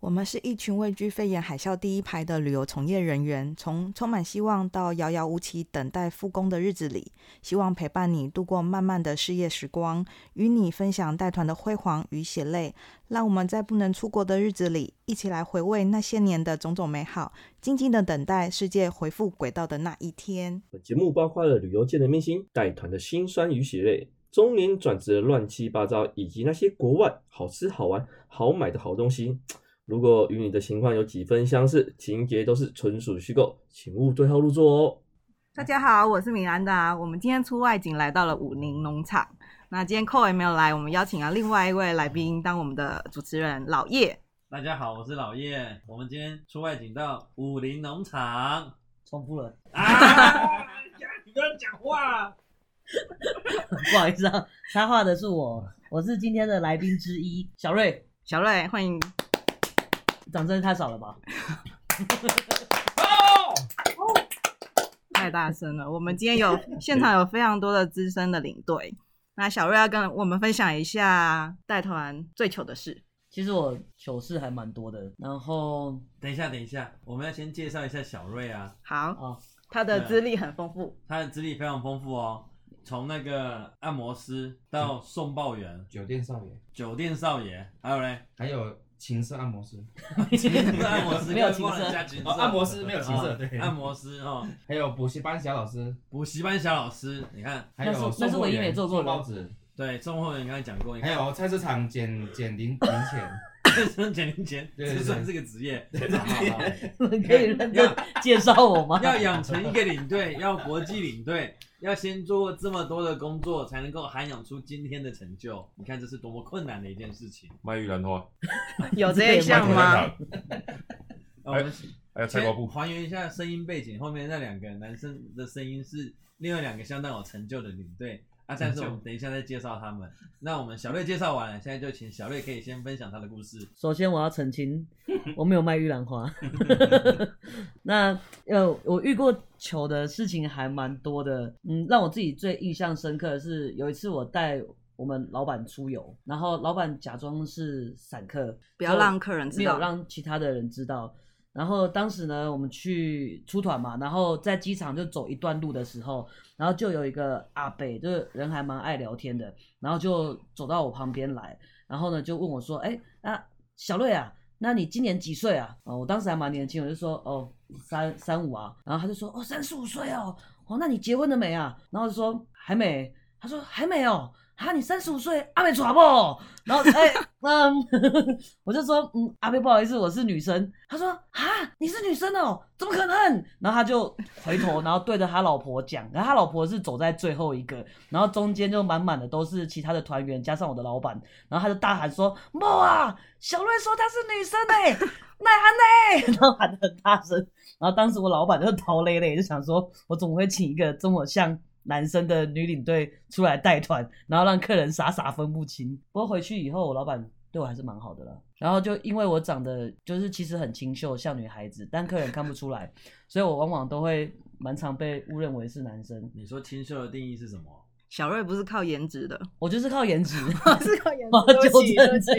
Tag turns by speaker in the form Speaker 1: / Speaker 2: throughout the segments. Speaker 1: 我们是一群位居肺炎海啸第一排的旅游从业人员，从充满希望到遥遥无期等待复工的日子里，希望陪伴你度过漫漫的事业时光，与你分享带团的辉煌与血泪。让我们在不能出国的日子里，一起来回味那些年的种种美好，静静的等待世界回复轨道的那一天。
Speaker 2: 本节目包括了旅游界的明星、带团的辛酸与血泪、中年转职的乱七八糟，以及那些国外好吃好玩好买的好东西。如果与你的情况有几分相似，情节都是纯属虚构，请勿对号入座哦。
Speaker 1: 大家好，我是米兰达。我们今天出外景来到了武宁农场。那今天寇也没有来，我们邀请了另外一位来宾当我们的主持人老叶。
Speaker 3: 大家好，我是老叶。我们今天出外景到武林农场
Speaker 4: 重复了，
Speaker 3: 啊！你不要讲话，
Speaker 4: 不好意思啊，插话的是我，我是今天的来宾之一，小瑞，
Speaker 1: 小瑞，欢迎。
Speaker 4: 掌声太少了吧？
Speaker 1: 太大声了。我们今天有现场有非常多的资深的领队，那小瑞要跟我们分享一下带团最糗的事。
Speaker 4: 其实我糗事还蛮多的，然后
Speaker 3: 等一下，等一下，我们要先介绍一下小瑞啊，
Speaker 1: 好，
Speaker 4: 啊，
Speaker 1: 他的资历很丰富，
Speaker 3: 他的资历非常丰富哦，从那个按摩师到送报员、
Speaker 5: 酒店少爷，
Speaker 3: 酒店少爷，还有 嘞，
Speaker 5: 还有情色按摩师，
Speaker 3: 按摩师
Speaker 4: 没有
Speaker 3: 跟忘了
Speaker 4: 情色
Speaker 3: 加情色
Speaker 5: 哦，按摩师没有情色，
Speaker 3: 哦
Speaker 5: 对，
Speaker 3: 按摩师哦，
Speaker 5: 还有补习班小老师，
Speaker 3: 补习班小老师，你看，
Speaker 5: 还有
Speaker 4: 那是
Speaker 5: 送
Speaker 4: 那是我
Speaker 5: 货员
Speaker 4: 一美做过的
Speaker 5: 送包子，
Speaker 3: 对，送货员刚才讲过，你
Speaker 5: 还
Speaker 3: 看，
Speaker 5: 有菜市场捡捡零零钱，
Speaker 3: 生前零钱，
Speaker 5: 对对
Speaker 3: 这
Speaker 5: 对
Speaker 3: 算是个职业，
Speaker 4: 你们可以认真介绍我 吗？
Speaker 3: 要养成一个领队，要国际领队，要先做过这么多的工作，才能够涵养出今天的成就。你看这是多么困难的一件事情。
Speaker 6: 卖玉兰花，
Speaker 1: 有这一项吗？？
Speaker 3: 啊、我们
Speaker 6: 还有菜瓜
Speaker 3: 先
Speaker 6: 布，
Speaker 3: 还原一下声音背景，后面那两个男生的声音是另外两个相当有成就的领队啊，但是我们等一下再介绍他们。那我们小瑞介绍完了，现在就请小瑞可以先分享他的故事。
Speaker 4: 首先我要澄清，我没有卖玉兰花。 那呃，我遇过糗的事情还蛮多的，嗯，让我自己最印象深刻的是有一次我带我们老板出游，然后老板假装是散客，
Speaker 1: 不要让客人知
Speaker 4: 没有
Speaker 1: 道。
Speaker 4: 让其他的人知道。然后当时呢，我们去出团嘛，然后在机场就走一段路的时候，然后就有一个阿北，就是人还蛮爱聊天的，然后就走到我旁边来，然后呢就问我说：“哎，那小瑞啊，那你今年几岁啊？”哦，我当时还蛮年轻，我就说：“哦，三三五啊。”然后他就说：“哦，三十五岁哦，哦，那你结婚了没啊？”然后就说：“还没。”啊他说：“还没哦。”啊，你三十五岁，阿美抓不？然后哎、嗯， 我就说，嗯，阿贝不好意思，我是女生。他说，啊，你是女生哦，怎么可能？然后他就回头，然后对着他老婆讲，然后他老婆是走在最后一个，然后中间就满满的都是其他的团员，加上我的老板，然后他就大喊说，莫啊，小瑞说她是女生哎、 奈安呢？然 后喊得很大声，然后当时我老板就逃累累，就想说，我怎么会请一个这么像男生的女领队出来带团，然后让客人傻傻分不清。不过回去以后，我老板对我还是蛮好的啦。然后就因为我长得就是其实很清秀，像女孩子，但客人看不出来，所以我往往都会蛮常被误认为是男生。
Speaker 3: 你说清秀的定义是什么？
Speaker 1: 小瑞不是靠颜值的，
Speaker 4: 我就是靠颜值，
Speaker 1: 是靠 颜
Speaker 4: 我纠正这。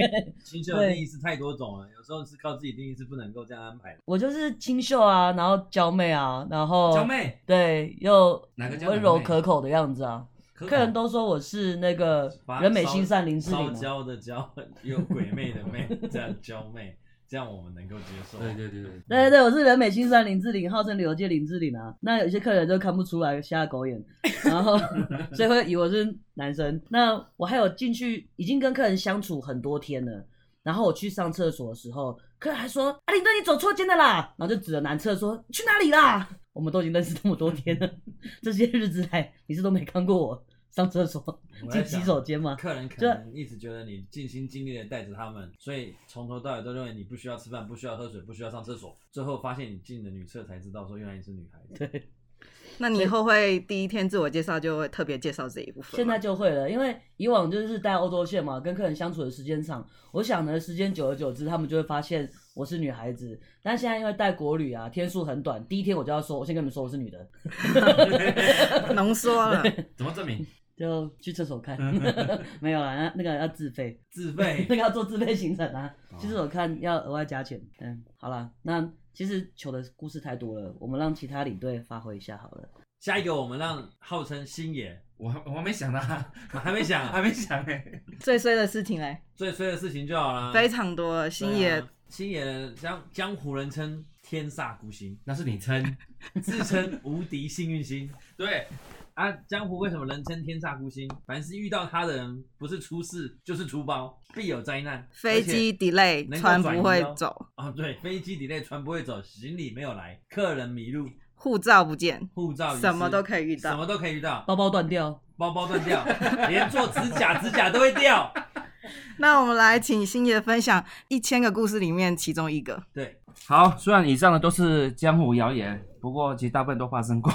Speaker 3: 清秀的定义是太多种了，有时候是靠自己定义是不能够这样安排的。
Speaker 4: 我就是清秀啊，然后娇媚啊，然后
Speaker 5: 小妹，
Speaker 4: 对，又
Speaker 5: 哪个娇
Speaker 4: 温柔可口的样子啊。
Speaker 3: 可
Speaker 4: 客人都说我是那个
Speaker 3: 把
Speaker 4: 人美
Speaker 3: 烧
Speaker 4: 心善林志
Speaker 3: 烧
Speaker 4: 玲、啊，
Speaker 3: 焦的焦，有鬼魅的魅， 这样娇媚，这样我们能够接受。啊
Speaker 5: 对对对对，
Speaker 4: 对对对，我是人美心善林志玲，号称旅游界林志玲啊。那有些客人就看不出来，瞎狗眼，然后 所以会以为我是男生。那我还有进去，已经跟客人相处很多天了。然后我去上厕所的时候，客人还说：“啊，林哥，你走错间的啦！”然后就指着男厕说：“你去哪里啦？” 我们都已经认识这么多天了， 这些日子来，你是都没看过我上厕所
Speaker 3: 我
Speaker 4: 进
Speaker 3: 在
Speaker 4: 洗
Speaker 3: 想
Speaker 4: 手间吗？
Speaker 3: 客人可能一直觉得你尽心尽力的带着他们，所以从头到尾都认为你不需要吃饭、不需要喝水、不需要上厕所。最后发现你进了女厕，才知道说原来你是女孩子。
Speaker 4: 对。
Speaker 1: 那你以后会第一天自我介绍就会特别介绍这一部分
Speaker 4: 现
Speaker 1: 吗。
Speaker 4: 在就会了，因为以往就是带欧洲线嘛，跟客人相处的时间长，我想呢，时间久而久之，他们就会发现我是女孩子。但现在因为带国旅啊，天数很短，第一天我就要说，我先跟你们说我是女的，
Speaker 1: 浓缩了，
Speaker 5: 怎么证明？
Speaker 7: 就去厕所 看， 没有啦，那那个要自费，
Speaker 3: 自费
Speaker 7: 那个要做自费行程啊
Speaker 3: 哎哦，
Speaker 7: 去厕所看要额外加钱。嗯，好啦，那其实球的故事太多了，我们让其他领队发挥一下好了。
Speaker 3: 下一个我们让号称星爷，
Speaker 8: 我还我还没想到，
Speaker 3: 还没
Speaker 4: 啊
Speaker 3: 想啊
Speaker 8: 还没想哎、
Speaker 1: 最衰的事情嘞，
Speaker 3: 最衰的事情就好了。
Speaker 1: 非常多了。星野、
Speaker 3: 啊对啊星野江江湖人称天煞孤星，
Speaker 8: 那是你称，
Speaker 3: 自称无敌幸运星。
Speaker 8: 对，
Speaker 3: 啊，江湖为什么人称天煞孤星？凡是遇到他的人，不是出事就是出包，必有灾难。
Speaker 1: 飞机 delay，
Speaker 3: 能够
Speaker 1: 船
Speaker 3: 转移
Speaker 1: 不会
Speaker 3: 哦
Speaker 1: 走，
Speaker 3: 啊、哦，对，飞机 delay，船不会走，行李没有来，客人迷路，
Speaker 1: 护照不见，
Speaker 3: 护照遗失
Speaker 1: 什么都可以遇
Speaker 3: 什
Speaker 1: 到。
Speaker 3: 么都可以遇到，
Speaker 7: 包包断掉，
Speaker 3: 包包断掉，连做指甲指甲都会掉。
Speaker 1: 那我们来请星野分享一千个故事里面其中一个。
Speaker 3: 对，
Speaker 5: 好，虽然以上的都是江湖谣言，不过其实大部分都发生过。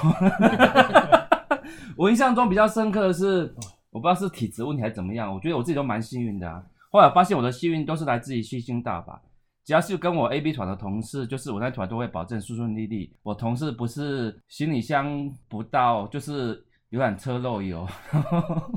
Speaker 5: 我印象中比较深刻的是，我不知道是体质问题还是怎么样，我觉得我自己都蛮幸运的啊。后来发现我的幸运都是来自于吸星大法，只要是跟我 A B 团的同事，就是我那团都会保证顺顺利利。我同事不是行李箱不到，就是游览车漏油。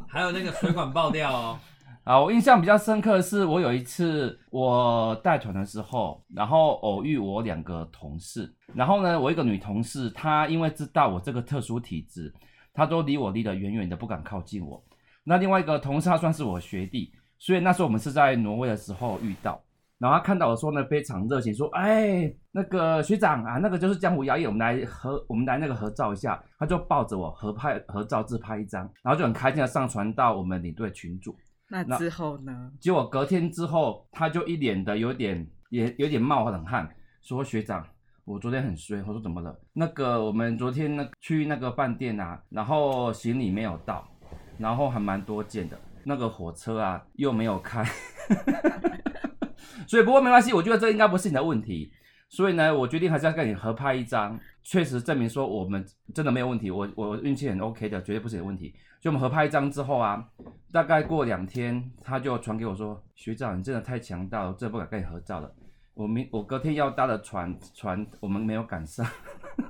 Speaker 3: 还有那个水管爆掉哦，
Speaker 5: 啊，我印象比较深刻的是，我有一次我带团的时候，然后偶遇我两个同事，然后呢，我一个女同事，她因为知道我这个特殊体质，她都离我离得远远的，不敢靠近我。那另外一个同事，她算是我学弟，所以那时候我们是在挪威的时候遇到，然后她看到我说呢，非常热情，说：“哎，那个学长啊，那个就是江湖摇曳，我们来合，我们来那个合照一下。”她就抱着我合拍合照自拍一张，然后就很开心的上传到我们领队群组。
Speaker 1: 那
Speaker 5: 那
Speaker 1: 之后呢？
Speaker 5: 结果隔天之后，他就一脸的有点也有点冒冷汗，说学长，我昨天很衰。我说怎么了？那个我们昨天呢去那个饭店啊，然后行李没有到，然后还蛮多件的。那个火车啊又没有开， 所以不过没关系，我觉得这应该不是你的问题。所以呢，我决定还是要跟你合拍一张，确实证明说我们真的没有问题，我我运气很 OK 的，绝对不是你的问题。所以我们合拍一张之后啊，大概过两天，他就传给我说：“学长，你真的太强大了，我真的不敢跟你合照了。我明我隔天要搭的船船，我们没有赶上。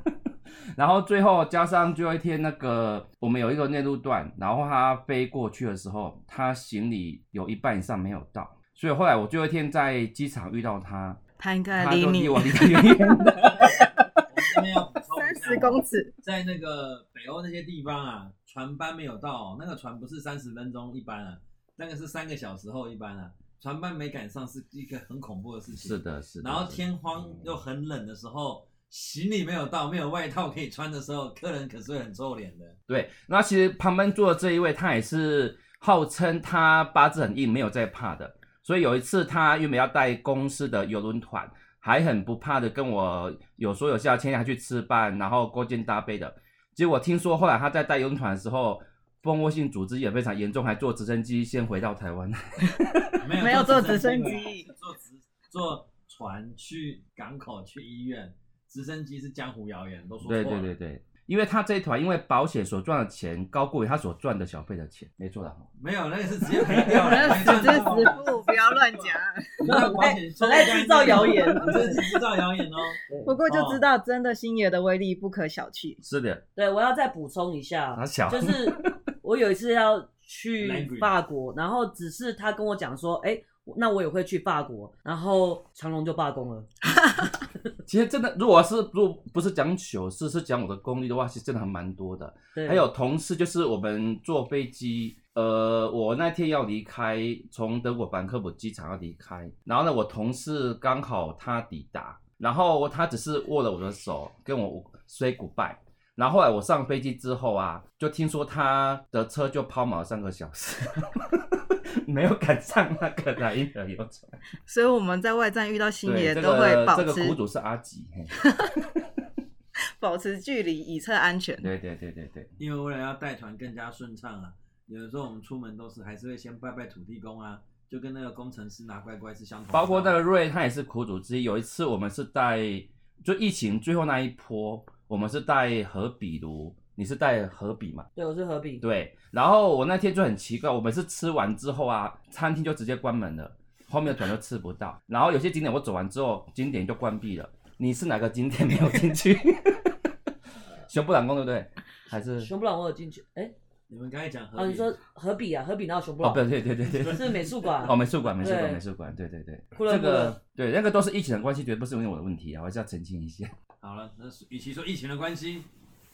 Speaker 5: 然后最后加上最后一天那个，我们有一个内陆段，然后他飞过去的时候，他行李有一半以上没有到，所以后来我最后一天在机场遇到他，
Speaker 1: 他应该
Speaker 5: 他
Speaker 1: 离
Speaker 5: 就
Speaker 1: 你
Speaker 5: 离我离得远远的。
Speaker 3: 我这边要补充 一
Speaker 1: 三
Speaker 3: 下
Speaker 1: 十公 尺，
Speaker 3: 在那个北欧那些地方啊，船班没有到、那个船不是三十分钟一班啊，那个是三个小时后一班啊，船班没赶上是一个很恐怖的事情。
Speaker 5: 是。的，是的。
Speaker 3: 然后
Speaker 5: 是的
Speaker 3: 天荒又很冷的时候，行李没有到，没有外套可以穿的时候，客人可是会很臭脸的。
Speaker 5: 对，那其实旁边坐的这一位，他也是号称他八字很硬，没有在怕的。所以有一次，他原本要带公司的游轮团，还很不怕的跟我有说有笑，牵下去吃饭，然后勾肩搭背的。结果听说后来他在带游轮团的时候，蜂窝性组织也非常严重，还坐直升机先回到台湾。
Speaker 3: 没有
Speaker 1: 没有坐
Speaker 3: 坐
Speaker 1: 直升机
Speaker 3: 啊坐直坐船去港口去医院，直升机是江湖谣言，都说错
Speaker 5: 对
Speaker 3: 了。
Speaker 5: 对对对，因为他这一团因为保险所赚的钱高过于他所赚的小费的钱，没错的。
Speaker 3: 没有那个是直接赔 掉 了，
Speaker 1: 死之死付，不要乱讲。
Speaker 3: 本
Speaker 7: 本来制造谣 言
Speaker 3: 这是制造谣 言哦。
Speaker 1: 不过就
Speaker 5: 哦
Speaker 1: 知道，真的星野的威力不可小觑。
Speaker 5: 是的，
Speaker 7: 对我要再补充一下，
Speaker 5: 他小
Speaker 7: 就是我有一次要去
Speaker 3: Language
Speaker 7: 法国，然后只是他跟我讲说，哎、那我也会去法国，然后长隆就罢工了。
Speaker 5: 其实真的，如果是如果不是讲糗事，是讲我的功力的话，其实真的还蛮多的。
Speaker 1: 嗯
Speaker 7: 对，
Speaker 5: 还有同事，就是我们坐飞机，呃，我那天要离开，从德国凡克堡机场要离开，然后呢，我同事刚好他抵达，然后他只是握了我的手，跟我哎 say goodbye。然后后来我上飞机之后啊，就听说他的车就抛锚三个小时， 没有赶上那个莱茵河游船。
Speaker 1: 所以我们在外站遇到星
Speaker 5: 对，
Speaker 1: 野
Speaker 5: 这
Speaker 1: 都会嗯
Speaker 5: 个
Speaker 1: 保
Speaker 5: 这个苦
Speaker 1: 持
Speaker 5: 主是阿吉。嘿
Speaker 1: 保持距离，以测安全。
Speaker 5: 对对对对对。
Speaker 3: 因为为了要带团更加顺畅啊，有的时候我们出门都是还是会先拜拜土地公啊，就跟那个工程师拿乖乖是相同的道理。
Speaker 5: 包括那个瑞，他也是苦主之一。有一次我们是带，就疫情最后那一波，我们是带和比卢，你是带和比嘛？
Speaker 7: 对，我是何比。
Speaker 5: 对。然后我那天就很奇怪，我每次吃完之后啊，餐厅就直接关门了，后面的团都吃不到。然后有些景点我走完之后，景点就关闭了。你是哪个景点没 有进去？熊布朗宫对不对？还是
Speaker 7: 熊布朗我有进去，哎、
Speaker 3: 你们刚才讲合
Speaker 7: 哦，
Speaker 3: 理
Speaker 7: 你说和比啊，和比哪有熊布
Speaker 5: 哦，
Speaker 7: 朗？
Speaker 5: 不对对对对，
Speaker 7: 是美术馆
Speaker 5: 哦，美术馆，美术馆，
Speaker 7: 对
Speaker 5: 美术馆，对对对，
Speaker 7: 库勒
Speaker 5: 这
Speaker 7: 库
Speaker 5: 个
Speaker 7: 勒
Speaker 5: 对那个都是疫情的关系，绝对不是因为我的问题啊，我还是要澄清一下。
Speaker 3: 好了，那是与其说疫情的关系，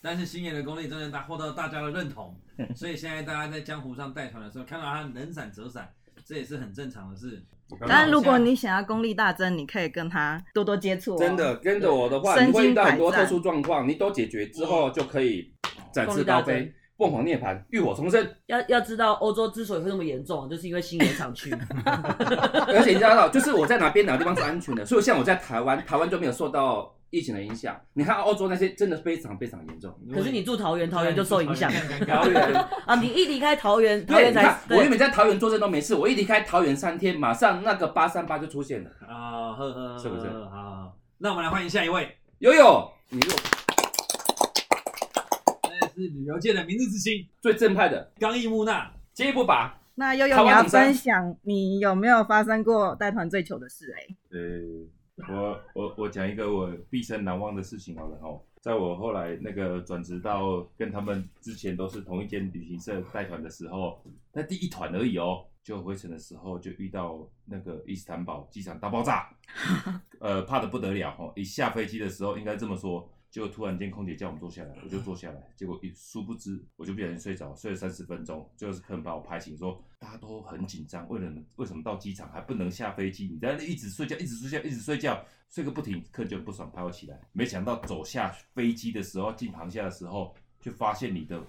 Speaker 3: 但是星爷的功力真的大获得大家的认 同，所以现在大家在江湖上带团的时候，看到他能闪则闪，这也是很正常的事。
Speaker 8: 刚
Speaker 1: 当然，
Speaker 8: 刚
Speaker 1: 如
Speaker 5: 啊
Speaker 1: 果你想要功力大增，你可以跟他多多接触、哦。
Speaker 5: 真，的跟着我的话，
Speaker 1: 身
Speaker 5: 你会遇
Speaker 1: 经
Speaker 5: 到很
Speaker 1: 百
Speaker 5: 多特
Speaker 1: 战
Speaker 5: 殊状况，你都解决之后就可以展
Speaker 7: 功
Speaker 5: 翅
Speaker 7: 力大
Speaker 5: 高飞
Speaker 7: 增，
Speaker 5: 凤凰涅槃，浴火重生。
Speaker 7: 要要知道，欧洲之所以会那么严重，啊就是因为新原 厂区。
Speaker 5: 而且你知道，就是我在哪边哪个地方是安全的，所以像我在台湾，台湾就没有受到疫情的影响。你看欧洲那些真的非常非常严重。
Speaker 7: 可是你住桃园，桃园就受影响
Speaker 3: 对桃园更尴尬
Speaker 5: 桃园，
Speaker 7: 啊！你一离开桃园，桃
Speaker 5: 对，
Speaker 7: 园
Speaker 5: 你看
Speaker 7: 才
Speaker 5: 我原本在桃园坐镇都没事，我一离开桃园三天，马上那个八三八就出现了。
Speaker 3: 啊，呵呵，
Speaker 5: 是不
Speaker 3: 呵
Speaker 5: 是
Speaker 3: 呵好好，好那我们来欢迎下一位，
Speaker 5: 悠悠，你是我
Speaker 3: 那是旅游界的明日之星
Speaker 5: 最正派的，
Speaker 3: 刚毅木讷。
Speaker 5: 接一步吧。
Speaker 1: 那悠悠
Speaker 5: 台
Speaker 1: 你
Speaker 5: 湾
Speaker 1: 要
Speaker 5: 女生
Speaker 1: 分享你有没有发生过带团最糗的事、欸？哎，
Speaker 9: 呃，我我我讲一个我毕生难忘的事情好了哦，在我后来那个转职到跟他们之前都是同一间旅行社带团的时候，那第一团而已哦，就回程的时候就遇到那个伊斯坦堡机场大爆炸，呃，怕的不得了哦，一下飞机的时候应该这么说。就突然间，空姐叫我们坐下来，我就坐下来。结果一殊不知，我就不小心睡着，睡了三十分钟。最后是客人把我拍醒，说大家都很紧张，为了为什么到机场还不能下飞机？你在那一直睡觉，一直睡觉，一直睡觉，睡个不停，客人就很不爽，拍我起来。没想到走下飞机的时候，进航下的时候，就发现你的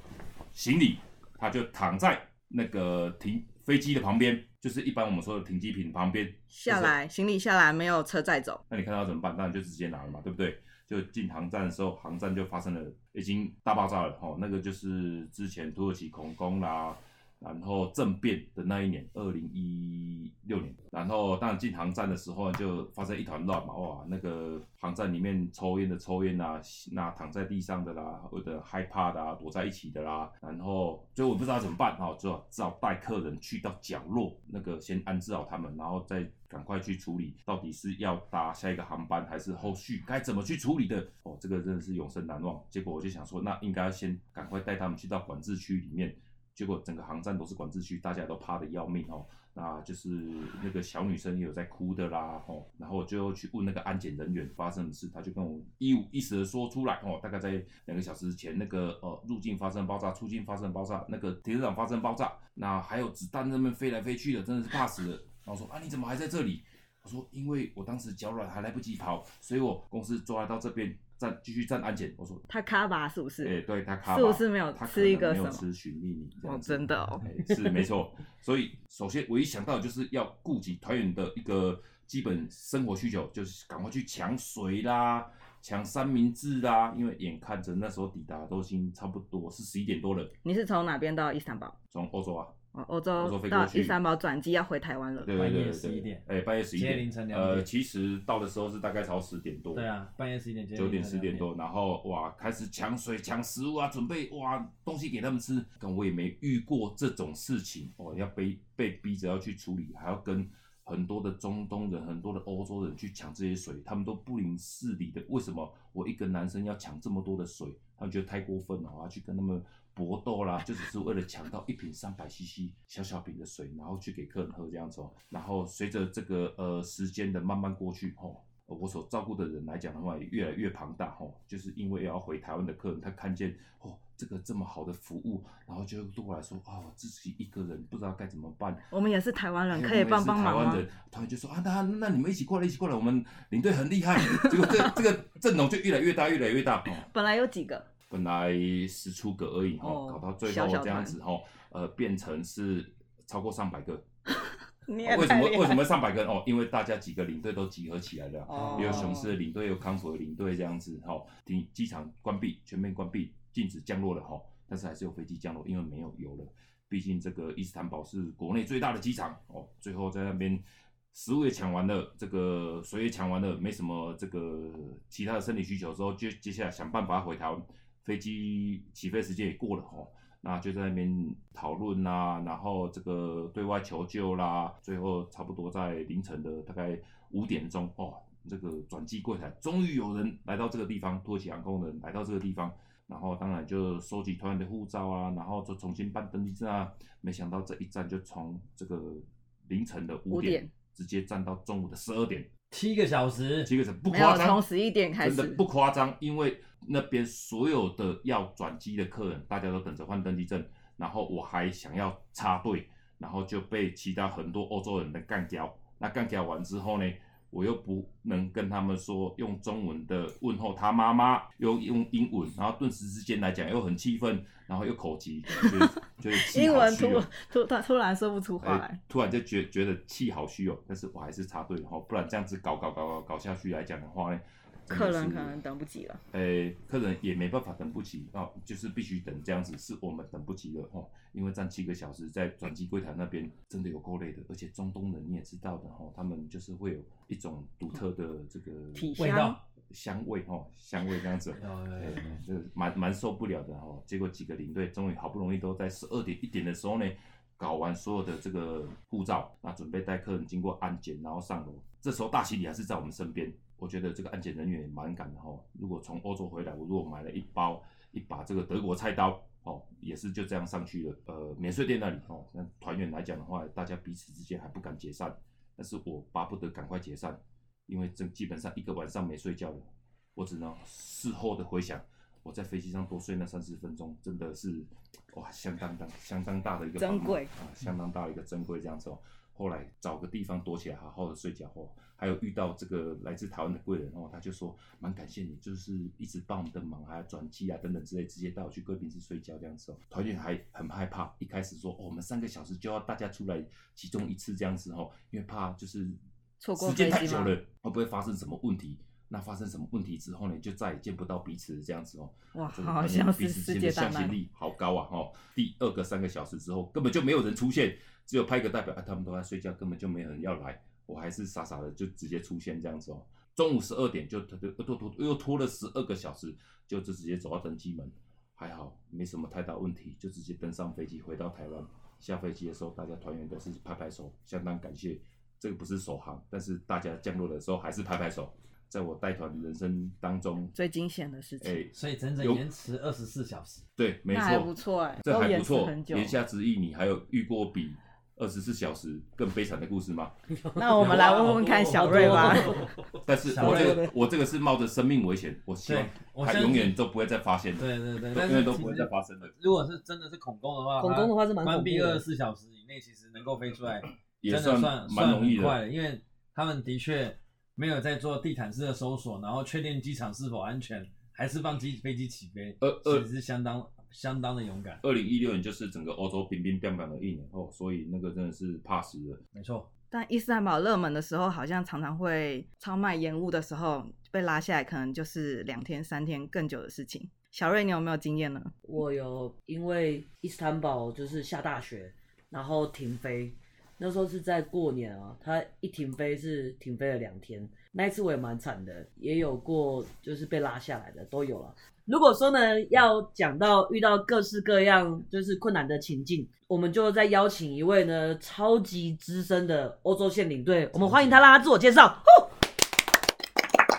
Speaker 9: 行李，他就躺在那个停飞机的旁边，就是一般我们说的停机坪旁边
Speaker 1: 下来行李下来没有车载走，
Speaker 9: 那你看到怎么办？当然就直接拿了嘛，对不对？就进航站的时候，航站就发生了已经大爆炸了哦，那个就是之前土耳其恐攻啦，然后政变的那一年，二零一六年，然后当然进航站的时候就发生一团乱嘛，哇，那个航站里面抽烟的抽烟啦、那躺在地上的啦，或者害怕的啊，躲在一起的啦，然后最后我不知道怎么办，哦，只好只好带客人去到角落，那个先安置好他们，然后再赶快去处理，到底是要搭下一个航班，还是后续该怎么去处理的？哦，这个真的是永生难忘。结果我就想说，那应该先赶快带他们去到管制区里面。结果整个航站都是管制区，大家都怕的要命哦。那就是那个小女生也有在哭的啦，哦，然后我就去问那个安检人员发生的事，他就跟我一五一十的说出来，哦，大概在两个小时前，那个呃入境发生爆炸，出境发生爆炸，那个停车场发生爆炸，那还有子弹在那边飞来飞去的，真的是怕死了。然后说啊，你怎么还在这里？我说因为我当时脚软还来不及跑，所以我公司抓来到这边站继续站安检。我说
Speaker 1: 他卡吧是不是？
Speaker 9: 哎、对他卡吧
Speaker 1: 是不是没有
Speaker 9: 他可
Speaker 1: 吃一
Speaker 9: 能
Speaker 1: 个
Speaker 9: 没有
Speaker 1: 什么
Speaker 9: 吃寻觅你这样
Speaker 1: 哦
Speaker 9: 子
Speaker 1: 真的哦
Speaker 9: 哎是没错。所以首先我一想到就是要顾及团员的一个基本生活需求，就是赶快去抢水啦。抢三明治啦，因为眼看着那时候抵达都已经差不多是十一点多了，
Speaker 1: 你是从哪边到伊斯坦堡？
Speaker 9: 从欧洲啊，
Speaker 1: 哦，欧
Speaker 9: 欧洲
Speaker 1: 洲
Speaker 9: 飞过
Speaker 1: 到
Speaker 9: 去
Speaker 1: 伊斯坦堡转机要回台湾了。
Speaker 9: 对对对
Speaker 3: 半夜
Speaker 9: 对对
Speaker 3: 11点
Speaker 9: 哎，半夜十一
Speaker 3: 今
Speaker 9: 点，
Speaker 3: 天凌晨两点
Speaker 9: 呃，其实到的时候是大概朝十点多，
Speaker 3: 对，啊，半夜十一点接
Speaker 9: 九
Speaker 3: 你
Speaker 9: 点
Speaker 3: 才
Speaker 9: 十
Speaker 3: 聊
Speaker 9: 点
Speaker 3: 天
Speaker 9: 多，然后哇，开始抢水、抢食物啊，准备哇东西给他们吃。但我也没遇过这种事情哦，要被被逼着要去处理，还要跟很多的中东人、很多的欧洲人去抢这些水，他们都不明事理的。为什么我一个男生要抢这么多的水？他们觉得太过分了，我要去跟他们搏斗啦，就只是为了抢到一瓶三百 CC 小小瓶的水，然后去给客人喝这样子哦。然后随着这个呃时间的慢慢过去，哦，呃我所照顾的人来讲的话，也越来越庞大吼、就是因为要回台湾的客人，他看见哦这个这么好的服务，然后就对我来说啊、我自己一个人不知道该怎么办，
Speaker 1: 我们也是台湾人，
Speaker 9: 还有
Speaker 1: 可以
Speaker 9: 我们
Speaker 1: 帮
Speaker 9: 也是
Speaker 1: 帮
Speaker 9: 台
Speaker 1: 忙
Speaker 9: 湾
Speaker 1: 吗？
Speaker 9: 人团员就说啊，那那你们一起过来，一起过来，我们领队很厉害。结果这这个阵容就越来越大，越来越大。哦
Speaker 1: 本来有几个，
Speaker 9: 本来十出个而已哈，
Speaker 1: 哦
Speaker 9: 搞到最
Speaker 1: 小
Speaker 9: 后
Speaker 1: 小
Speaker 9: 这样子哈，呃，变成是超过上百个。
Speaker 1: 你也
Speaker 9: 为什
Speaker 1: 太
Speaker 9: 么
Speaker 1: 厉害
Speaker 9: 为什么上百个人？哦，因为大家几个领队都集合起来了。
Speaker 1: 哦
Speaker 9: 也有雄狮的领队，有康复的领队这样子哈。停，机场关闭，全面关闭，禁止降落了哈。但是还是有飞机降落，因为没有油了。毕竟这个伊斯坦堡是国内最大的机场哦。最后在那边食物也抢完了，这个水也抢完了，没什么这个其他的生理需求之后，接接下来想办法回台湾。飞机起飞时间也过了哦。那就在那边讨论啦，然后这个对外求救啦，最后差不多在凌晨的大概五点钟哦，这个转机柜台终于有人来到这个地方，土耳其航空的人来到这个地方，然后当然就收集团员的护照啊，然后就重新办登记证啊。没想到这一站就从这个凌晨的
Speaker 10: 五
Speaker 9: 五
Speaker 10: 点
Speaker 9: 点直接站到中午的十二点，
Speaker 3: 七个小时，
Speaker 9: 这个是不
Speaker 10: 没有
Speaker 9: 夸张，
Speaker 10: 从十一点开
Speaker 9: 真的
Speaker 10: 始，
Speaker 9: 不夸张，因为那边所有的要转机的客人，大家都等着换登机证，然后我还想要插队，然后就被其他很多欧洲人的干掉。那干掉完之后呢，我又不能跟他们说用中文的问候他妈妈，又用英文，然后顿时之间来讲又很气愤，然后又口急，就 是气
Speaker 10: 英
Speaker 9: 好
Speaker 10: 文
Speaker 9: 虚
Speaker 10: 突
Speaker 9: 哦。
Speaker 10: 突突突然说不出话来
Speaker 9: 哎，，突然就觉觉得气好虚哦，但是我还是插队，然后不然这样子搞搞搞搞搞下去来讲的话呢，真的
Speaker 10: 客人
Speaker 9: 是
Speaker 10: 可能等不及了。
Speaker 9: 诶，客人也没办法等不及哦，就是必须等这样子，是我们等不及了哦，因为站七个小时在转机柜台那边真的有够累的，而且中东人你也知道的哦，他们就是会有一种独特的这个
Speaker 10: 体
Speaker 3: 味
Speaker 10: 香
Speaker 3: 道
Speaker 9: 香味哦，香味 这样子。
Speaker 3: 有有有
Speaker 9: 对，就是蛮蛮受不了的哦。结果几呃个领队终于好不容易都在十二点一点的时候呢，搞完所有的这个护照，那准备带客人经过安检，然后上楼。这时候大行李还是在我们身边，我觉得这个安检人员也蛮敢的哦。如果从欧洲回来，我如果买了一包一把这个德国菜刀。哦，也是就这样上去了。呃，免税店那里哦，那团员来讲的话，大家彼此之间还不敢解散，但是我巴不得赶快解散，因为这基本上一个晚上没睡觉了。我只能事后的回想，我在飞机上多睡那三十分钟，真的是哇，相当大、相当大的一个帮忙
Speaker 10: 珍贵
Speaker 9: 啊，相当大的一个珍贵这样子哦。后来找个地方躲起来，好好的睡觉哦。还有遇到这个来自台湾的贵人哦，他就说蛮感谢你，就是一直帮我们的忙，还有转机啊等等之类，直接带我去贵宾室睡觉这样子哦。团员还很害怕，一开始说、哦、我们三个小时就要大家出来集中一次这样子哦，因为怕就是
Speaker 10: 错过
Speaker 9: 时间
Speaker 10: 飞
Speaker 9: 太
Speaker 10: 机
Speaker 9: 久
Speaker 10: 吗
Speaker 9: 了，会不会发生什么问题？那发生什么问题之后呢，就再也见不到彼此这样子哦。
Speaker 10: 哇，
Speaker 9: 这个
Speaker 10: 好
Speaker 9: 团员
Speaker 10: 像
Speaker 9: 彼
Speaker 10: 是
Speaker 9: 此
Speaker 10: 世
Speaker 9: 之
Speaker 10: 界
Speaker 9: 间的
Speaker 10: 大
Speaker 9: 向
Speaker 10: 难
Speaker 9: 心。力好高啊！哦，第二个三个小时之后，根本就没有人出现，只有拍个代表，啊，他们都在睡觉，根本就没有人要来。我还是傻傻的就直接出现这样子哦。中午十二点就拖拖拖拖又拖了十二个小时，就就直接走到登机门，还好没什么太大问题，就直接登上飞机回到台湾。下飞机的时候，大家团员都是拍拍手，相当感谢。这个不是首航，但是大家降落的时候还是拍拍手。在我带团的人生当中，
Speaker 10: 最惊险的事
Speaker 9: 哎、
Speaker 10: 情，
Speaker 3: 所以整整
Speaker 9: 有
Speaker 3: 延迟二十四小时，
Speaker 9: 对，没
Speaker 10: 那
Speaker 9: 错，
Speaker 10: 还不错哎，
Speaker 9: 这
Speaker 10: 都
Speaker 9: 还
Speaker 10: 延
Speaker 9: 不
Speaker 10: 迟
Speaker 9: 错
Speaker 10: 很。久。
Speaker 9: 言下之意，你还有遇过比二十四小时更悲惨的故事吗？
Speaker 10: 那我们来问问看小瑞吧。
Speaker 3: 啊
Speaker 9: 但是
Speaker 3: 小
Speaker 9: 我
Speaker 3: 瑞
Speaker 9: 这个我这个是冒着生命危险，我希望
Speaker 3: 对我
Speaker 9: 他
Speaker 3: 相
Speaker 9: 永
Speaker 3: 信
Speaker 9: 远都不会再发现的，
Speaker 3: 对对对，但
Speaker 9: 永
Speaker 3: 是
Speaker 9: 远都不
Speaker 3: 其
Speaker 9: 会
Speaker 3: 实
Speaker 9: 再发生的，
Speaker 3: 如果是真的是恐攻的话，
Speaker 7: 恐攻的话是蛮
Speaker 3: 关
Speaker 7: 恐怖
Speaker 3: 闭二十
Speaker 7: 的，
Speaker 3: 四小时以内，其实能够飞出来，
Speaker 9: 嗯也
Speaker 3: 真的算
Speaker 9: 算蛮容易
Speaker 3: 算很快
Speaker 9: 的。
Speaker 3: 的，因为他们的确没有在做地毯式的搜索，然后确定机场是否安全，还是放机飞机起飞，
Speaker 9: 呃呃
Speaker 3: 其实是相当相当的勇敢，
Speaker 9: 二零一六年就是整个欧洲冰冰冰冰的一年哦，所以那个真的是怕死了。
Speaker 3: 没错，
Speaker 10: 但伊斯坦堡热门的时候，好像常常会超卖延误的时候被拉下来，可能就是两天、三天更久的事情。小瑞，你有没有经验呢？
Speaker 7: 我有因为伊斯坦堡就是下大雪，然后停飞。那时候是在过年啊，它一停飞是停飞了两天。那一次我也蛮惨的，也有过就是被拉下来的，都有了。如果说呢，要讲到遇到各式各样就是困难的情境，我们就再邀请一位呢超级资深的欧洲线领队，我们欢迎他，让他自我介绍。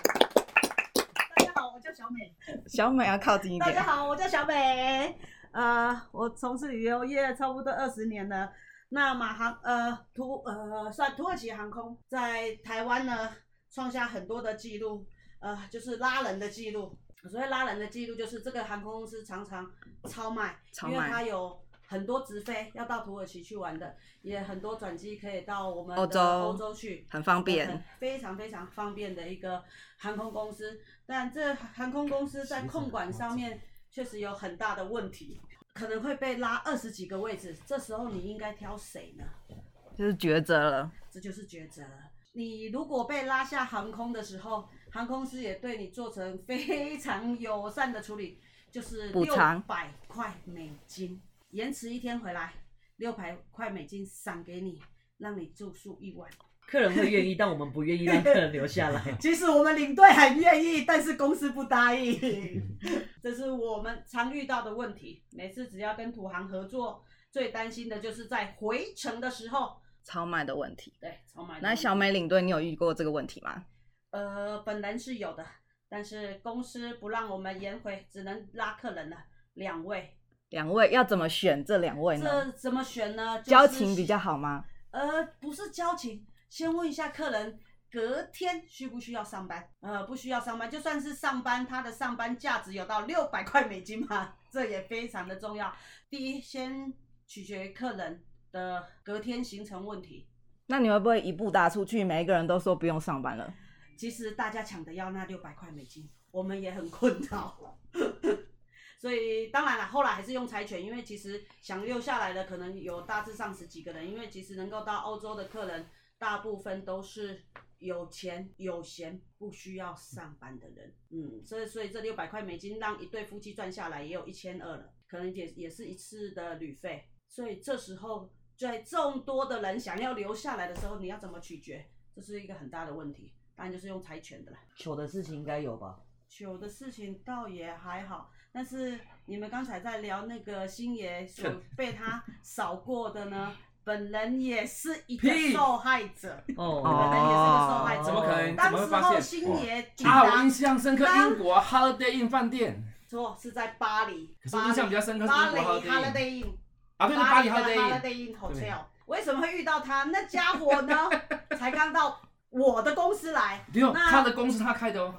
Speaker 4: 大家好，我叫小美。
Speaker 10: 小美要靠近一
Speaker 4: 大家
Speaker 10: 点。
Speaker 4: 好，我叫小美。呃，我从事旅游业差不多二十年了。那马航呃土呃算土耳其航空在台湾呢创下很多的记录，呃就是拉人的记录。所谓拉人的记录，就是这个航空公司常常超卖，
Speaker 10: 超
Speaker 4: 因为
Speaker 10: 卖
Speaker 4: 它有很多直飞要到土耳其去玩的，也很多转机可以到我们的
Speaker 10: 欧洲
Speaker 4: 欧洲去，
Speaker 10: 很方便
Speaker 4: 很非常非常方便的一个航空公司。但这航空公司在控管上面确实有很大的问题，可能会被拉二十几个位置，这时候你应该挑谁呢？
Speaker 10: 就是抉择了，
Speaker 4: 这就是抉择了。你如果被拉下航空的时候，航空公司也对你做成非常友善的处理，就是
Speaker 10: 补
Speaker 4: 六
Speaker 10: 偿
Speaker 4: 百块美金，延迟一天回来，六百块美金赏给你，让你住宿一晚。
Speaker 7: 客人会愿意，但我们不愿意让客人留下来。
Speaker 4: 其实我们领队很愿意，但是公司不答应， 这是我们常遇到的问题。每次只要跟土航合作，最担心的就是在回程的时候，
Speaker 10: 超卖的问题。
Speaker 4: 对，超买。
Speaker 10: 那小美领队，你有遇过这个问题吗？
Speaker 4: 呃，本人是有的，但是公司不让我们延回，只能拉客人了，两位。
Speaker 10: 两位要怎么选这两位呢？
Speaker 4: 这怎么选呢？就是
Speaker 10: 交情比较好吗？
Speaker 4: 呃，不是交情，先问一下客人隔天需不需要上班？呃，不需要上班，就算是上班，他的上班价值有到六百块美金嘛，这也非常的重要。第一，先取决于客人的隔天行程问题。
Speaker 10: 那你会不会一步打出去，每一个人都说不用上班了？
Speaker 4: 其实大家抢着要那六百块美金，我们也很困扰。 所以当然了，后来还是用柴犬，因为其实想留下来的可能有大致上十几个人，因为其实能够到欧洲的客人，大部分都是有钱有闲不需要上班的人。嗯，所以所以这六百块美金让一对夫妻赚下来也有一千二了，可能也也是一次的旅费。所以这时候在众多的人想要留下来的时候，你要怎么取决？这是一个很大的问题，当然就是用柴犬的啦。
Speaker 7: 糗的事情应该有吧？
Speaker 4: 糗的事情倒也还好，但是你们刚才在聊那个星爷所被他扫过的 呢，本人也是一个
Speaker 5: 屁
Speaker 4: 受害者，本
Speaker 7: 哦，
Speaker 4: 人也是个受害者。
Speaker 5: 怎么可能？怎
Speaker 4: 当
Speaker 5: 么会
Speaker 4: 时
Speaker 5: 发
Speaker 4: 候
Speaker 5: 现？
Speaker 4: 星爷抵
Speaker 5: 啊，
Speaker 4: 达
Speaker 5: 我印象深刻，
Speaker 4: 当
Speaker 5: 英国 Holiday Inn 饭店。
Speaker 4: 错是在巴黎，
Speaker 5: 可是
Speaker 4: 巴
Speaker 5: 我
Speaker 4: 黎
Speaker 5: 印象比较深刻是
Speaker 4: 巴黎
Speaker 5: 英国 Holiday
Speaker 4: Holiday Inn。
Speaker 5: 啊，对对，巴黎 Holiday Inn。
Speaker 4: Holiday Inn
Speaker 5: 对
Speaker 4: Hotel。为什么会遇到他？那家伙 呢，才刚到我的公司来，
Speaker 5: 不用，
Speaker 4: 那
Speaker 5: 哦他的公司他开的哦。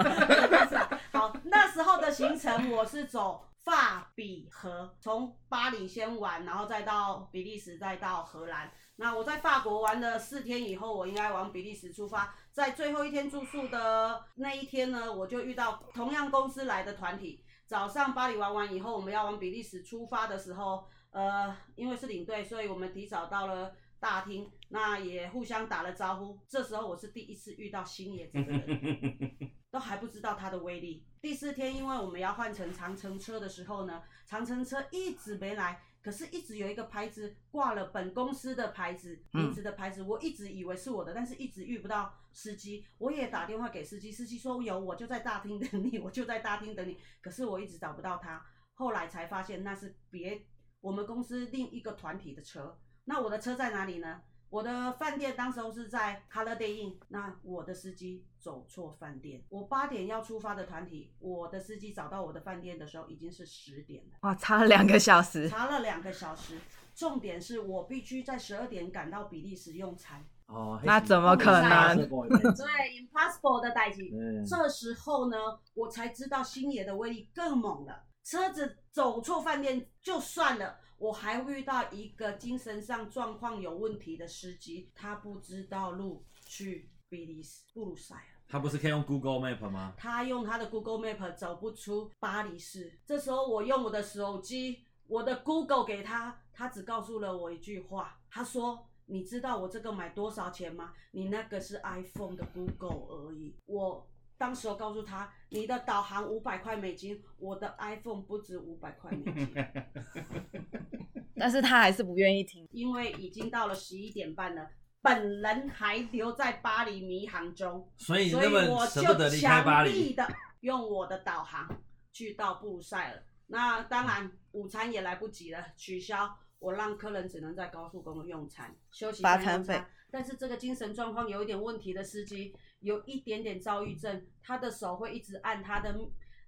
Speaker 4: 好，那时候的行程我是走法比荷，从巴黎先玩，然后再到比利时，再到荷兰。那我在法国玩了四天以后，我应该往比利时出发。在最后一天住宿的那一天呢，我就遇到同样公司来的团体。早上巴黎玩完以后，我们要往比利时出发的时候，呃，因为是领队，所以我们提早到了大厅，那也互相打了招呼。这时候我是第一次遇到星爷这个人，都还不知道它的威力。第四天，因为我们要换成长城车的时候呢，长城车一直没来，可是一直有一个牌子挂了本公司的牌子、
Speaker 10: 嗯
Speaker 4: 名字的牌子，我一直以为是我的，但是一直遇不到司机。我也打电话给司机，司机说有，我就在大厅等你，我就在大厅等你，可是我一直找不到他。后来才发现那是别我们公司另一个团体的车。那我的车在哪里呢？我的饭店当时候是在 Holiday Inn，那我的司机走错饭店。我八点要出发的团体，我的司机找到我的饭店的时候已经是十点了，
Speaker 10: 哇，差了两个小时，
Speaker 4: 查了两个小时。重点是我必须在十二点赶到比利时用餐，
Speaker 3: 哦，
Speaker 10: 那怎么可能？
Speaker 4: 对，impossible 的代际。
Speaker 3: 嗯，
Speaker 4: 这时候呢，我才知道星爷的威力更猛了。车子走错饭店就算了，我还遇到一个精神上状况有问题的司机，他不知道路去比利时布鲁塞尔。
Speaker 3: 他不是可以用 Google Map 吗？
Speaker 4: 他用他的 Google Map 找不出巴黎市。这时候我用我的手机，我的 Google 给他，他只告诉了我一句话，他说。你知道我这个买多少钱吗？你那个是 iPhone 的 Google 而已。我当时我告诉他，你的导航五百块美金，我的 iPhone 不止五百块美金。
Speaker 10: 但是他还是不愿意听。
Speaker 4: 因为已经到了十一点半了，本人还留在巴黎迷航中，
Speaker 3: 所以
Speaker 4: 所
Speaker 3: 那
Speaker 4: 以
Speaker 3: 么
Speaker 4: 我
Speaker 3: 舍不得
Speaker 4: 就
Speaker 3: 离开巴
Speaker 4: 强
Speaker 3: 黎
Speaker 4: 力，的用我的导航去到布鲁塞尔。那当然，午餐也来不及了，取消。我让客人只能在高速公路用餐，休息
Speaker 10: 罚
Speaker 4: 站用
Speaker 10: 餐费
Speaker 4: 餐。但是这个精神状况有一点问题的司机，有一点点躁郁症，他的手会一直按他的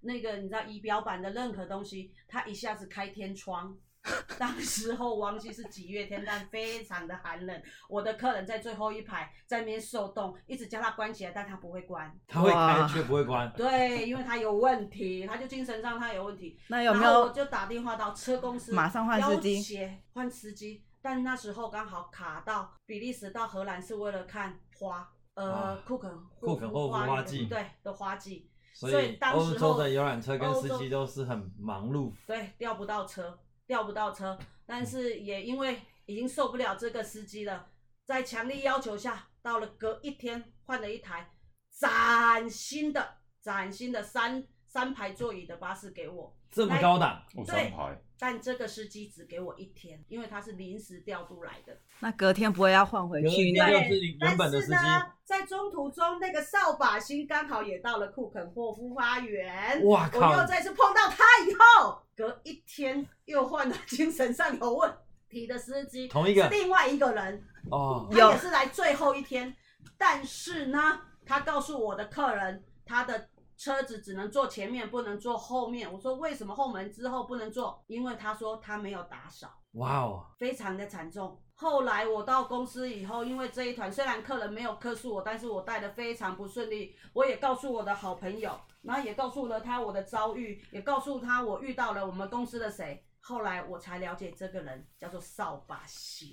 Speaker 4: 那个你知道仪表板的任何东西，他一下子开天窗。 当时候忘记是几月天，但非常的寒冷。我的客人在最后一排，在那边受冻，一直叫他关起来，但他不会关。
Speaker 3: 他会开
Speaker 10: 哇
Speaker 3: 却不会关。
Speaker 4: 对，因为他有问题，他就精神上他有问题。
Speaker 10: 那有没
Speaker 4: 然后我
Speaker 10: 有
Speaker 4: 就打电话到车公司，
Speaker 10: 马上换司机
Speaker 4: 要挟换司机。但那时候刚好卡到比利时到荷兰是为了看花，呃
Speaker 3: 啊，
Speaker 4: 库肯
Speaker 3: 库肯霍夫花
Speaker 4: 园
Speaker 3: 季
Speaker 4: 对的花季，
Speaker 3: 所
Speaker 4: 所
Speaker 3: 以
Speaker 4: 以当
Speaker 3: 欧
Speaker 4: 时
Speaker 3: 洲
Speaker 4: 候
Speaker 3: 的游览车跟
Speaker 4: 欧
Speaker 3: 司
Speaker 4: 洲
Speaker 3: 机都是很忙碌，
Speaker 4: 对，调不到车，调不到车，但是也因为已经受不了这个司机了，在强力要求下，到了隔一天换了一台崭新的、崭新的三三排座椅的巴士给我，
Speaker 3: 这么高档，
Speaker 10: 哦
Speaker 9: 我
Speaker 4: 对
Speaker 9: 三排，
Speaker 4: 但这个司机只给我一天，因为他是临时调度来的。
Speaker 10: 那隔天不会要换回
Speaker 3: 隔
Speaker 10: 去
Speaker 3: 天
Speaker 10: 呢？
Speaker 3: 就是原本的司机
Speaker 4: 但是呢，在中途中那个扫把星刚好也到了库肯霍夫花园，
Speaker 3: 哇
Speaker 4: 我
Speaker 3: 靠！
Speaker 4: 又再次碰到他以后，隔一天又换了精神上有问题的司机，
Speaker 3: 同一个
Speaker 4: 是另外一个人，
Speaker 3: 哦，
Speaker 4: 他也是来最后一天，但是呢，他告诉我的客人，他的车子只能坐前面，不能坐后面。我说为什么后门之后不能坐？因为他说他没有打扫。
Speaker 3: 哇哦，
Speaker 4: 非常的惨重。后来我到公司以后，因为这一团虽然客人没有客诉我，但是我带的非常不顺利。我也告诉我的好朋友，然后也告诉了他我的遭遇，也告诉他我遇到了我们公司的谁。后来我才了解这个人叫做扫把 星，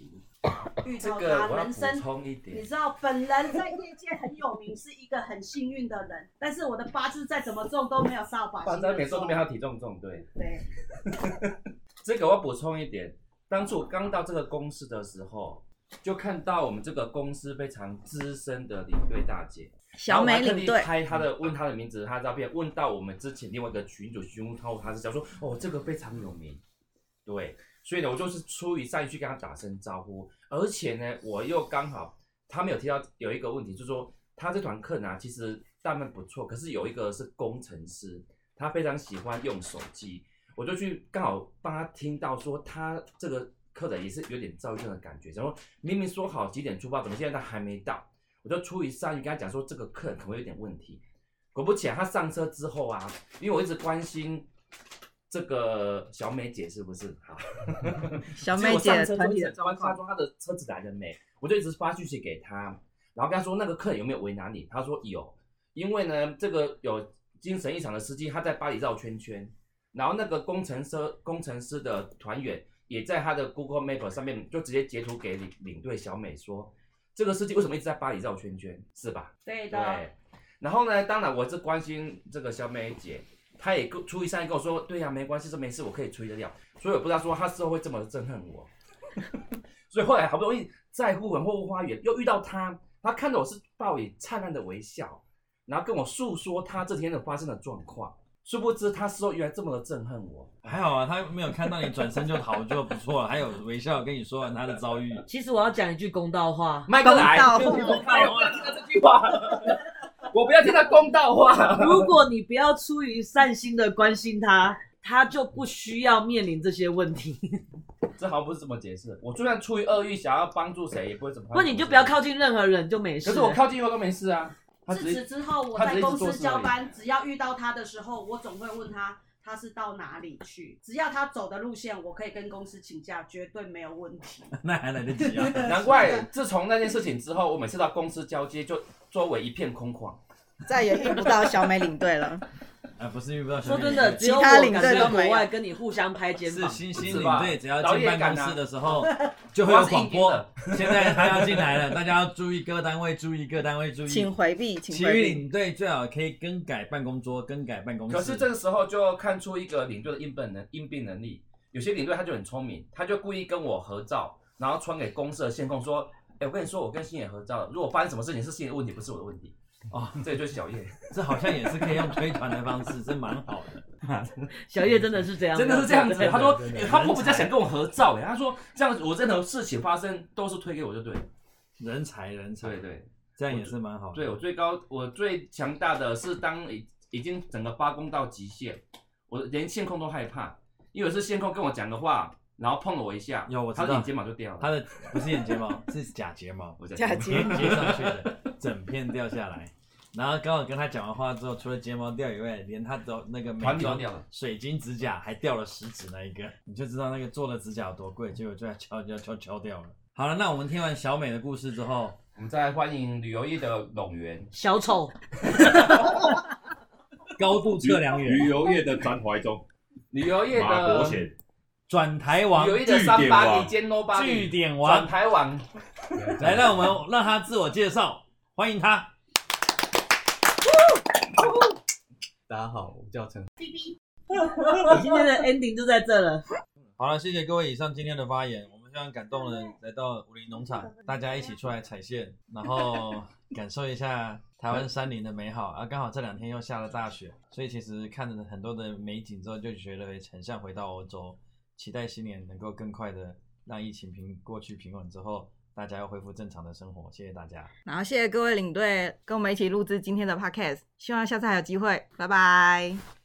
Speaker 4: 遇
Speaker 5: 这
Speaker 4: 到
Speaker 5: 个
Speaker 4: 他
Speaker 5: 我要
Speaker 4: 人
Speaker 5: 补
Speaker 4: 生
Speaker 5: 充一
Speaker 4: 你
Speaker 5: 点
Speaker 4: 知，道，本人在业界很有名，是一个很幸运的人，但是我的八字再怎么重都没有扫把
Speaker 5: 反
Speaker 4: 星
Speaker 5: 正
Speaker 4: 的
Speaker 5: 每次
Speaker 4: 重
Speaker 5: 都没。有体重重，对。
Speaker 4: 对，
Speaker 5: 这个我补充一点，当初我刚到这个公司的时候，就看到我们这个公司非常资深的领队大姐，
Speaker 1: 小美领
Speaker 5: 然后我还特地
Speaker 1: 队，
Speaker 5: 拍她的问她的名字、她的照片，问到我们之前另外一个群主询问她，她是讲说哦这个非常有名，对，所以呢我就是出于善意去跟她打声招呼，而且呢我又刚好他们有提到有一个问题，就是说他这团客人啊其实大部分不错，可是有一个是工程师，他非常喜欢用手机，我就去刚好帮他听到说他这个客人也是有点躁郁症的感觉，然后明明说好几点出发，怎么现在他还没到？我就出于善意跟他讲说这个客人可能会有点问题。果不其然，他上车之后啊，因为我一直关心这个小美姐是不是好，
Speaker 1: 小美姐
Speaker 5: 所以我上车
Speaker 1: 团
Speaker 5: 就一
Speaker 1: 体
Speaker 5: 直
Speaker 1: 的
Speaker 5: 在
Speaker 1: 状
Speaker 5: 问她
Speaker 1: 况，
Speaker 5: 说她的车子来了没，我就一直发讯息给她，然后跟她说那个客人有没有为难你，她说有，因为呢这个有精神异常的司机他在巴黎绕圈圈，然后那个工程师工程师的团员也在他的 Google Map 上面就直接截图给领领队小美说。这个司机为什么一直在巴黎绕圈圈，是吧？
Speaker 4: 对的，
Speaker 5: 对。然后呢，当然我是关心这个小美姐，她也跟初一三跟我说，对呀、没关系，这没事，我可以处理得了。所以我不知道说她事后会这么憎恨我。 所以后来好不容易在乎文或花园又遇到她，她看着我是报以灿烂的微笑，然后跟我诉说她这几天的发生的状况。殊不知她事后原来这么的憎恨我。
Speaker 3: 还好啊，他没有看到你转身就逃就不错了，还有微笑跟你说完他的遭遇。
Speaker 7: 其实我要讲一句公道话，
Speaker 5: 麦克来，
Speaker 1: 公道
Speaker 5: 我不要听到这句话，我不要听到公道话。
Speaker 7: 如果你不要出于善心的关心他，他就不需要面临这些问题。
Speaker 5: 这好像不是这么解释。我就算出于恶意想要帮助谁，也不会怎么。
Speaker 7: 不，你就不要。靠近任何人，就没事
Speaker 5: 可
Speaker 7: 了。
Speaker 5: 是我靠近以后都没事啊。他
Speaker 4: 自
Speaker 5: 只
Speaker 4: 此
Speaker 5: 是
Speaker 4: 之后，我
Speaker 5: 他
Speaker 4: 在
Speaker 5: 只是一直
Speaker 4: 公
Speaker 5: 做
Speaker 4: 司
Speaker 5: 事
Speaker 4: 交
Speaker 5: 而已
Speaker 4: 班，只要遇到他的时候，我总会问他他是到哪里去，只要他走的路线，我可以跟公司请假，绝对没有问题。
Speaker 3: 那还来得及啊！
Speaker 5: 难怪，自从那件事情之后，我每次到公司交接就周围一片空旷。
Speaker 1: 再也遇不到小美领队了。
Speaker 3: 啊，不是遇不到小
Speaker 7: 说
Speaker 3: 美
Speaker 7: 真
Speaker 3: 领
Speaker 7: 的，
Speaker 3: 队，
Speaker 7: 只有我
Speaker 1: 其他
Speaker 7: 敢
Speaker 1: 领队
Speaker 7: 在
Speaker 1: 都
Speaker 7: 国
Speaker 1: 没有
Speaker 7: 外跟你互相拍肩
Speaker 3: 是
Speaker 7: 膀。
Speaker 3: 新
Speaker 5: 是
Speaker 3: 兴
Speaker 5: 吧
Speaker 3: 领队，只要
Speaker 5: 导
Speaker 3: 进
Speaker 5: 演
Speaker 3: 办
Speaker 5: 敢
Speaker 3: 公室
Speaker 5: 拿
Speaker 3: 的时 候就会有广播。现在他要进来了，大家要注意各单位，注意各单位，注意。
Speaker 1: 请回避，
Speaker 3: 其
Speaker 1: 请回
Speaker 3: 余
Speaker 1: 避。
Speaker 3: 领队最好可以更改办公桌，更改办公室。
Speaker 5: 可是这个时候就看出一个领队的应变能应变能力。有些领队他就很聪明，他就故意跟我合照，然后传给公司的线控说：“哎，我跟你说，我跟星野合照了。如果发生什么事情是星野的问题，不是我的问题。”
Speaker 3: 哦
Speaker 5: 哦，这就是小叶，
Speaker 3: 这好像也是可以用推团的方式，这 蛮好的。
Speaker 7: 小叶真的是这样，
Speaker 5: 真的是这样子。他说
Speaker 3: 对对对
Speaker 5: 他迫不及待想跟我合照，哎，他说这样子我任何事情发生都是推给我就对了。
Speaker 3: 人才，人才，
Speaker 5: 对对
Speaker 3: 这样也是蛮好的。
Speaker 5: 对，我最高我最强大的是当已已经整个发功到极限，我连线控都害怕，因为是线控跟我讲个话，然后碰了我一下，
Speaker 3: 有我知
Speaker 5: 他
Speaker 3: 道
Speaker 5: 的眼睫毛就掉了，
Speaker 3: 他的不是眼睫毛， 是假睫毛，
Speaker 5: 我在
Speaker 1: 假睫
Speaker 3: 接上去的，整片掉下来。然后刚好跟他讲完话之后，除了睫毛掉以外，连他的那个美
Speaker 5: 团体都
Speaker 3: 妆
Speaker 5: 掉了。
Speaker 3: 水晶指甲还掉了十指那一个，你就知道那个做的指甲有多贵，结果就要敲敲敲敲掉了。好了，那我们听完小美的故事之后，
Speaker 5: 我们再欢迎旅游业的拢员，
Speaker 7: 小丑，
Speaker 3: 高度测量
Speaker 9: 旅
Speaker 3: 员、
Speaker 9: 游业的 张怀忠、
Speaker 5: 旅游业
Speaker 9: 马
Speaker 5: 的
Speaker 9: 国
Speaker 5: 旅
Speaker 9: 贤，
Speaker 3: 转台王、
Speaker 5: 游业的
Speaker 9: 据
Speaker 5: 三
Speaker 9: 点
Speaker 5: 八
Speaker 9: 王
Speaker 5: 一兼 nobody
Speaker 3: 据点
Speaker 5: 转
Speaker 3: 王，
Speaker 5: 台王，
Speaker 3: 来，让我们让他自我介绍，欢迎他。
Speaker 8: 大家好，我叫陈。
Speaker 7: 你今天的 ending 就在这了。
Speaker 3: 好了，谢谢各位以上今天的发言，我们非常感动的来到武林农场，大家一起出来踩线，然后感受一下台湾山林的美好。啊，刚好这两天又下了大雪，所以其实看了很多的美景之后，就觉得很像回到欧洲。期待新年能够更快的让疫情平过去平稳之后，大家要恢复正常的生活。谢谢大家。
Speaker 1: 然后谢谢各位领队跟我们一起录制今天的 podcast，希望下次还有机会，拜拜。